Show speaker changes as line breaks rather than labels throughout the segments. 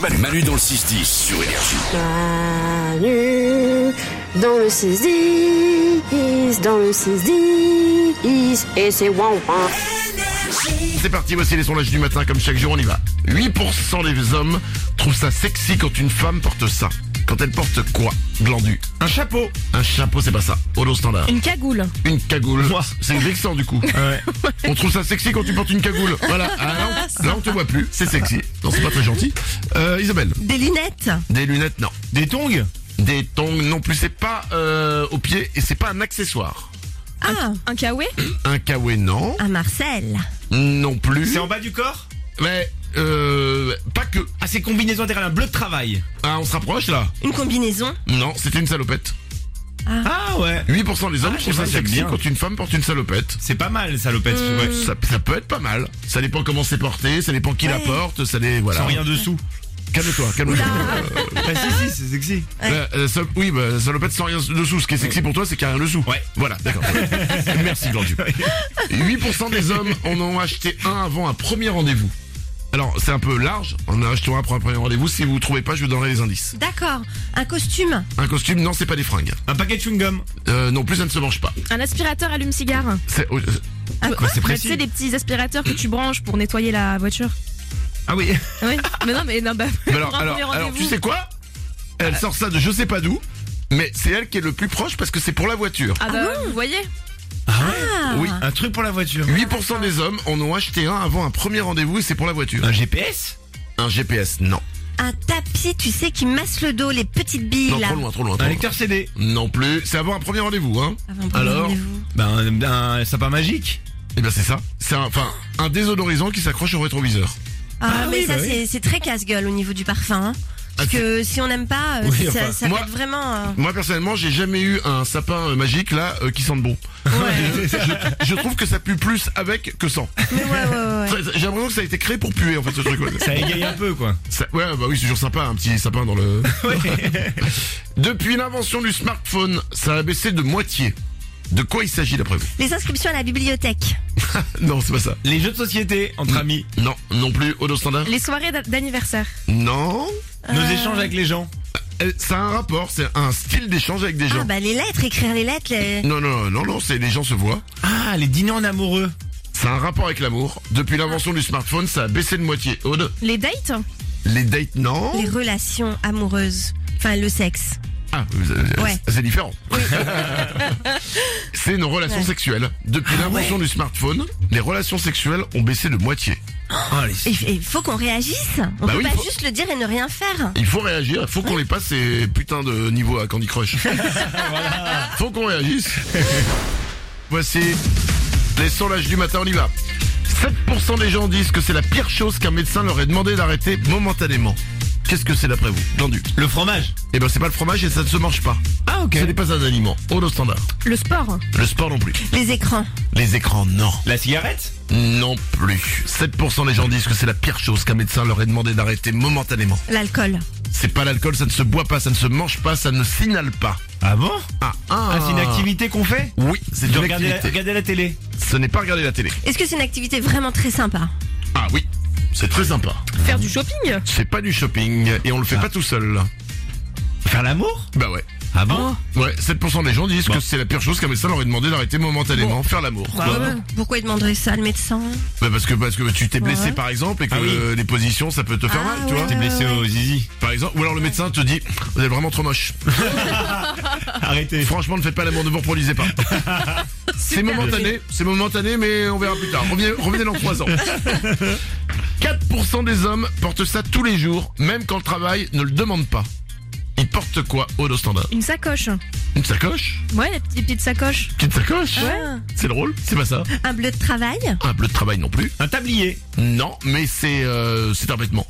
Manu, Manu dans le 6-10 sur Énergie.
Manu, dans le 6-10, dans le 6-10, et c'est waouh.
C'est parti, voici les sondages du matin, comme chaque jour, on y va. 8% des hommes trouvent ça sexy quand une femme porte ça. Quand elle porte quoi Glandu. Un chapeau. Un chapeau, c'est pas ça. Holo standard.
Une cagoule.
Une cagoule. C'est vexant du coup. On trouve ça sexy quand tu portes une cagoule. Voilà. Ah, là, on, là, on te voit plus. C'est sexy. Non, c'est pas très gentil. Euh, Isabelle.
Des lunettes.
Des lunettes, non. Des tongs Des tongs, non plus. C'est pas euh, au pied et c'est pas un accessoire.
Ah, un kawaii
Un kawé, non.
Un Marcel.
Non plus.
C'est en bas du corps
Mais euh, pas que.
Ah, c'est combinaison intérieure, un bleu de travail.
Ah, on se rapproche là
Une combinaison.
Non, c'était une salopette.
Ah ouais
8% des hommes
Ah,
trouvent
je sais
ça
pas, j'aime
sexy
bien.
quand une femme porte une salopette.
C'est pas mal, salopette. ouais.
Ça, ça peut être pas mal. Ça dépend comment c'est porté, ça dépend qui la
Ouais.
porte, ça dé... voilà.
Sans rien dessous.
Calme-toi, calme-toi.
Ah, si, si, c'est sexy.
Euh, euh, sal- oui, bah, salopette sans rien dessous. Ce qui est sexy pour toi, c'est qu'il n'y a rien dessous.
Ouais.
Voilà, d'accord. Merci, Glandu. 8% des hommes en ont acheté un avant un premier rendez-vous. Alors, c'est un peu large. On a acheté un après un premier rendez-vous. Si vous ne trouvez pas, je vous donnerai les indices.
D'accord. Un costume.
Un costume, non, c'est pas des fringues.
Un paquet de chewing-gum.
Euh, non, plus, ça ne se mange pas.
Un aspirateur allume-cigare.
C'est- oh, euh,
Un quoi
C'est
Bah, tu
précis.
sais, des petits aspirateurs que tu branches pour nettoyer la voiture.
Ah oui.
Oui. mais non, mais non, bah.
Mais alors,
pour un
alors,
premier
alors, tu
rendez-vous.
sais quoi Elle sort ça de je sais pas d'où, mais c'est elle qui est le plus proche parce que c'est pour la voiture.
Ah bah, vous voyez
Oui.
Ah Un truc pour la voiture.
8% des hommes en ont acheté un avant un premier rendez-vous et c'est pour la voiture.
Un GPS
Un GPS, non.
Un tapis, tu sais, qui masse le dos, les petites billes
Non,
là.
trop loin, trop loin. trop
Un
loin.
lecteur CD
Non plus. C'est avant un premier rendez-vous, hein
Avant de prendre
Alors
rendez-vous.
Ben, un, un sapin magique
Eh bien, c'est ça. C'est un, enfin, un désodorisant qui s'accroche au rétroviseur.
Ah,
Ah
mais
oui,
ça,
bah oui.
c'est- c'est très casse-gueule au niveau du parfum. hein. Parce
Ah,
que si on n'aime pas, euh,
Oui,
ça,
enfin,
ça
moi-
peut être vraiment. euh,
Moi, personnellement, j'ai jamais eu un sapin euh, magique, là, euh, qui sente bon. je, je trouve que ça pue plus avec que sans.
Mais ouais, ouais, ouais, ouais.
J'ai l'impression que ça a été créé pour puer, en fait, ce truc. ouais.
Ça égaye un peu quoi.
Ça- ouais, bah oui, c'est toujours sympa, un petit sapin dans le... Depuis l'invention du smartphone, ça a baissé de moitié. De quoi il s'agit d'après vous
Les inscriptions à la bibliothèque.
Non, c'est pas ça.
Les jeux de société entre amis,
Non, non plus, Odo Standard
Les soirées d'a- d'anniversaire.
Non.
nos échanges avec les gens.
Euh, Ça a un rapport, c'est un style d'échange avec des gens.
Ah bah les lettres, écrire les lettres. les-
Non, non, non, non, non, c'est les gens se voient.
Ah, les dîners en amoureux.
Ça a un rapport avec l'amour. Depuis l'invention du smartphone, ça a baissé de moitié. Aude,
Les dates
les dates, non
les relations amoureuses. Enfin, le sexe.
Ah, vous avez-
Ouais.
c'est différent. c'est nos relations
Ouais. Ah,
sexuelles. Depuis l'invention du smartphone, les relations sexuelles ont baissé de moitié.
Ah, les...
Il f- Il faut qu'on réagisse. On
Bah
peut
oui,
pas
faut-
juste le dire et ne rien faire.
Il faut réagir, il faut qu'on les passe ces putains de niveaux à Candy Crush. Faut qu'on réagisse. Voici les sondages du matin, on y va. 7% des gens disent que c'est la pire chose qu'un médecin leur ait demandé d'arrêter momentanément. Qu'est-ce que c'est d'après vous Tendu.
Le fromage.
Eh ben c'est pas le fromage et ça ne se mange pas.
Ah ok.
Ce n'est pas un aliment. Au standard.
Le sport
Le sport non plus.
Les écrans.
Les écrans, non.
La cigarette
Non plus. 7% des gens disent que c'est la pire chose qu'un médecin leur ait demandé d'arrêter momentanément.
L'alcool.
C'est pas l'alcool, ça ne se boit pas, ça ne se mange pas, ça ne signale pas.
Ah bon
Ah, ah.
Ah, c'est une activité qu'on fait
Oui, c'est
De
une
regarder la,
activité.
regarder la télé.
Ce n'est pas regarder la télé.
Est-ce que c'est une activité vraiment très sympa
Ah oui, c'est très sympa.
Faire du shopping
C'est pas du shopping et on le fait
Ah.
pas tout seul.
Faire l'amour
Bah ouais.
Ah bon
Ouais, 7% des gens disent
Bon.
que c'est la pire chose qu'un médecin leur aurait demandé d'arrêter momentanément, faire l'amour.
Ah
Bah,
Pourquoi il demanderait ça, le médecin
parce que parce que tu t'es blessé
Ouais.
par exemple et que
Ah oui.
euh, les positions ça peut te faire mal,
Ah
tu vois.
ouais, T'es blessé ouais, ouais.
au zizi. Par exemple, ou alors le médecin te dit vous êtes vraiment trop moche.
Arrêtez.
Franchement, ne faites pas l'amour, ne vous reproduisez pas. c'est momentané, c'est momentané, mais on verra plus tard. Revenez, revenez dans 3 ans. 4% des hommes portent ça tous les jours, même quand le travail ne le demande pas. Ils portent quoi au standard
Une sacoche
Une sacoche
Ouais, les petites, les petites sacoches.
Petite sacoche C'est drôle, c'est pas ça.
Un bleu de travail
Un bleu de travail non plus.
Un tablier.
Non, mais c'est euh, c'est un vêtement.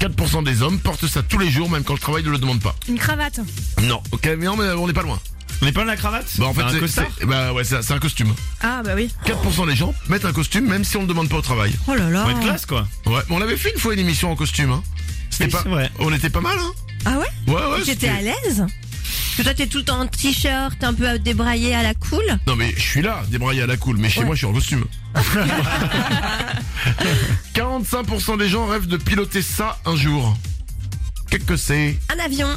4% des hommes portent ça tous les jours, même quand le travail ne le demande pas.
Une cravate
Non, ok, mais non, mais on n'est pas loin.
On n'est pas dans la cravate
Bah en fait,
Un
c'est-
costard
c'est bah ouais, c'est c'est un costume.
Ah bah oui.
4% des gens mettent un costume, même si on ne le demande pas au travail.
Oh là là
Faut être classe quoi.
Ouais, mais on avait fait une fois une émission en costume. Hein. C'était
Oui,
pas,
c'est vrai.
on était pas mal. Hein.
Ah ouais
Ouais, ouais.
J'étais à l'aise Parce que toi t'es tout le temps en t-shirt, un peu débraillé à la cool
Non mais je suis là, débraillé à la cool, mais chez
Ouais.
moi je suis en costume. 45% des gens rêvent de piloter ça un jour. Qu'est-ce que c'est
Un avion.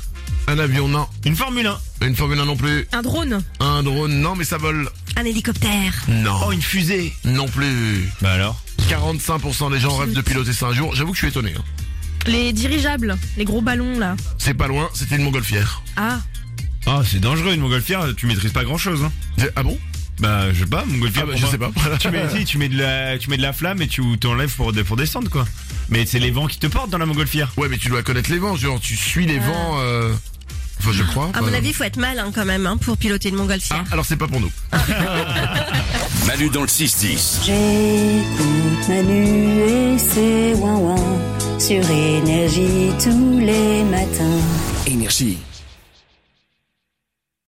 Un avion, non.
Une Formule 1.
Une Formule 1 non plus.
Un drone.
Un drone, non, mais ça vole.
Un hélicoptère.
Non.
Oh, une fusée.
Non plus.
Bah alors
45% des gens rêvent de piloter ça un jour. J'avoue que je suis étonné. hein.
Les dirigeables. Les gros ballons, là.
C'est pas loin, c'était une montgolfière.
Ah.
Ah, c'est dangereux une montgolfière, tu maîtrises pas grand chose. Hein.
Ah bon
Bah, je sais pas,
Ah
montgolfière.
bah,
pour
je
moi.
sais pas.
Tu mets, si, tu mets de la, tu mets de la flamme et tu t'enlèves pour, pour descendre quoi. Mais c'est les vents qui te portent dans la montgolfière.
Ouais, mais tu dois connaître les vents, genre tu suis les vents. euh, Enfin, je crois.
Ah. À mon
enfin.
avis, faut être malin quand même hein, pour piloter une
Ah,
montgolfière.
alors c'est pas pour nous.
Manu dans le 6-10.
J'écoute Manu et ses ouin-ouin sur Énergie tous les matins.
Énergie.